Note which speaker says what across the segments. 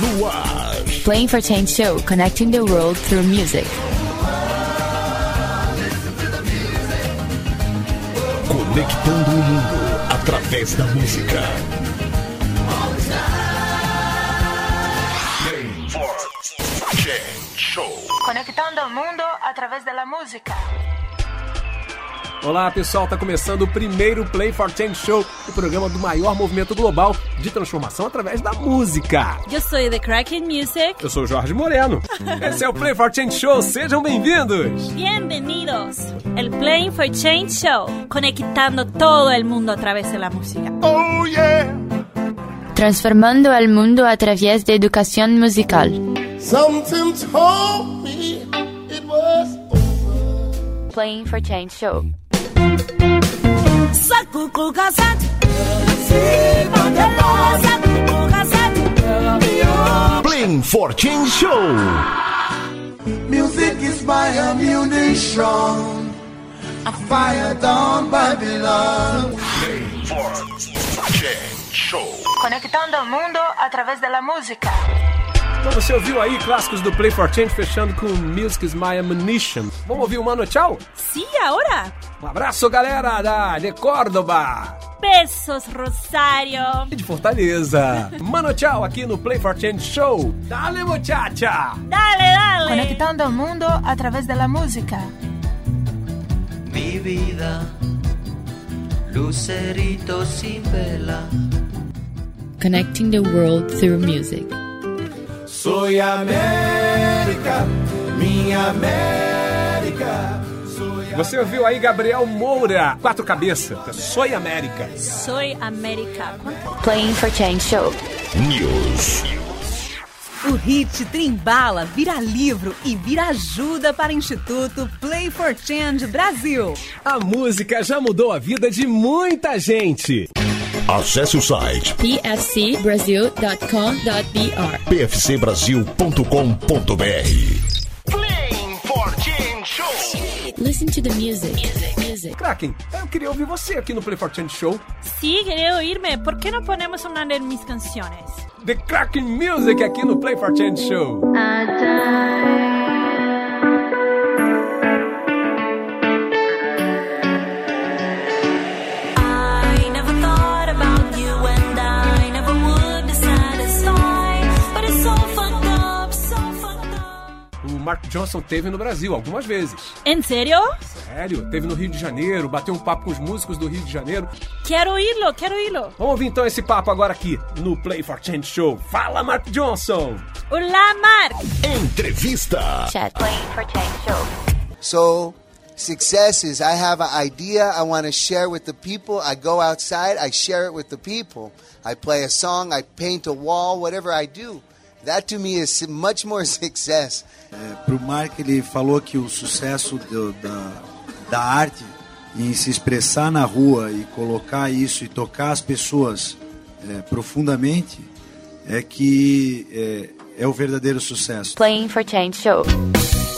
Speaker 1: no ar.
Speaker 2: Playing for Change Show, connecting the world through music.
Speaker 1: Conectando o mundo através da música. Playing for Change Show.
Speaker 3: Conectando o mundo através da música.
Speaker 4: Olá pessoal, tá começando o primeiro Play for Change Show, o programa do maior movimento global de transformação através da música.
Speaker 5: Eu sou The Kraken Music.
Speaker 4: Eu sou o Jorge Moreno. Esse é o Play for Change Show, sejam bem-vindos!
Speaker 5: Bienvenidos. El Playing for Change Show. Conectando todo el mundo a través de la música.
Speaker 1: Oh yeah!
Speaker 2: Transformando el mundo a través de educación musical.
Speaker 6: Something told me it was
Speaker 2: Playing for Change Show.
Speaker 1: Playing for Change Show.
Speaker 6: music is my ammunition. I'm fired on Babylon.
Speaker 1: Playing for Change Show.
Speaker 3: Conectando o mundo através da música.
Speaker 4: Então você ouviu aí clássicos do Play for Change fechando com Music is My Ammunition. Vamos ouvir o Mano Tchau?
Speaker 5: Sí, ahora.
Speaker 4: Um abraço galera da De Córdoba
Speaker 5: Besos, Rosario.
Speaker 4: e de Fortaleza. Mano Tchau aqui no Play for Change Show. Dale muchacha!
Speaker 5: Dale, dale.
Speaker 3: Conectando o mundo através da música.
Speaker 7: mi vida, lucerito sin vela.
Speaker 2: Connecting the world through music.
Speaker 6: Soy América, minha América. Soy
Speaker 4: Você ouviu aí Gabriel Moura, Quatro Cabeças, Soy América.
Speaker 5: Soy América.
Speaker 2: Playing for Change Show.
Speaker 1: News.
Speaker 8: O hit Trimbala vira livro e vira ajuda para Instituto Play for Change Brasil.
Speaker 4: A música já mudou a vida de muita gente.
Speaker 1: Acesse o site
Speaker 2: pfcbrasil.com.br
Speaker 1: pfcbrasil.com.br. Playing for Change Show.
Speaker 2: Listen to the music. music.
Speaker 4: Kraken, eu queria ouvir você aqui no Play for Change Show.
Speaker 5: Sí, quería oírme. ¿Por qué no ponemos una de mis canciones?
Speaker 4: The Kraken Music aqui no Play for Change Show.
Speaker 5: I never thought about you and I never would be satisfied. But it's so fucked up, so fucked up.
Speaker 4: O Mark Johnson teve no Brasil algumas vezes.
Speaker 5: ¿En serio?
Speaker 4: Sério, teve no Rio de Janeiro, bateu um papo com os músicos do Rio de Janeiro.
Speaker 5: Quiero oírlo, quiero oírlo.
Speaker 4: Vamos ouvir então esse papo agora aqui no Play for Change Show. Fala, Mark Johnson!
Speaker 5: Hola, Mark.
Speaker 1: Entrevista.
Speaker 2: Chat. Playing for Change Show.
Speaker 9: So, successes. I have an idea I want to share with the people. I go outside, I share it with the people. I play a song, I paint a wall, whatever I do. That to me is much more success.
Speaker 10: Para o É, Mark, ele falou que o sucesso do- da, da arte em se expressar na rua e colocar isso e tocar as pessoas é, profundamente é que é, é o verdadeiro sucesso.
Speaker 2: Playing for Change Show.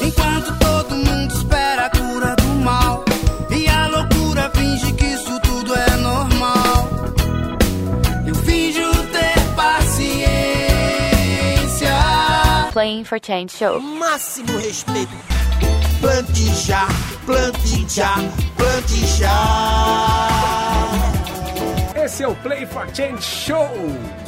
Speaker 7: Enquanto todo mundo espera a cura do mal e a loucura finge que isso tudo é normal, eu finjo ter paciência.
Speaker 2: Playing for Change Show.
Speaker 7: máximo respeito. Plante já, plante já, plante já.
Speaker 4: Esse é o Play for Change Show!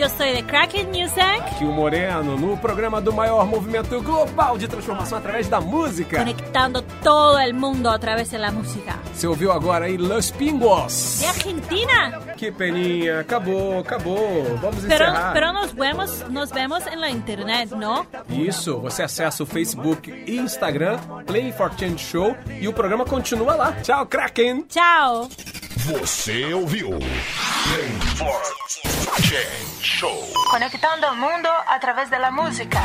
Speaker 5: Yo soy de Kraken Music.
Speaker 4: Aqui o Moreno, no programa do maior movimento global de transformação através da música.
Speaker 5: Conectando todo el mundo a través de la música.
Speaker 4: Você ouviu agora aí Los Pingos?
Speaker 5: De Argentina.
Speaker 4: Que peninha, acabou, acabou. Vamos
Speaker 5: Pero,
Speaker 4: encerrar.
Speaker 5: pero nos vemos, nos vemos en la internet, ¿no?
Speaker 4: Isso, você acessa o Facebook e Instagram, Play for Change Show e o programa continua lá. Tchau, Kraken!
Speaker 5: Chao.
Speaker 1: Você ouviu? Playing for Change Show.
Speaker 3: Conectando o mundo através da música.